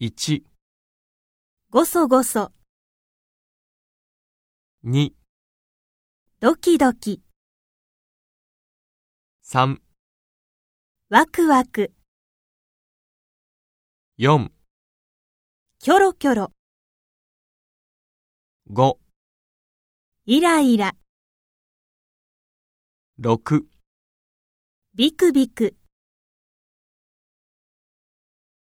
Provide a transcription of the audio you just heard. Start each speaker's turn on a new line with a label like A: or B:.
A: 1、
B: ごそごそ、
A: 2、
B: ドキドキ、
A: 3、
B: ワクワク、
A: 4、
B: キョロキョロ、
A: 5、
B: イライラ、
A: 6
B: ビクビク。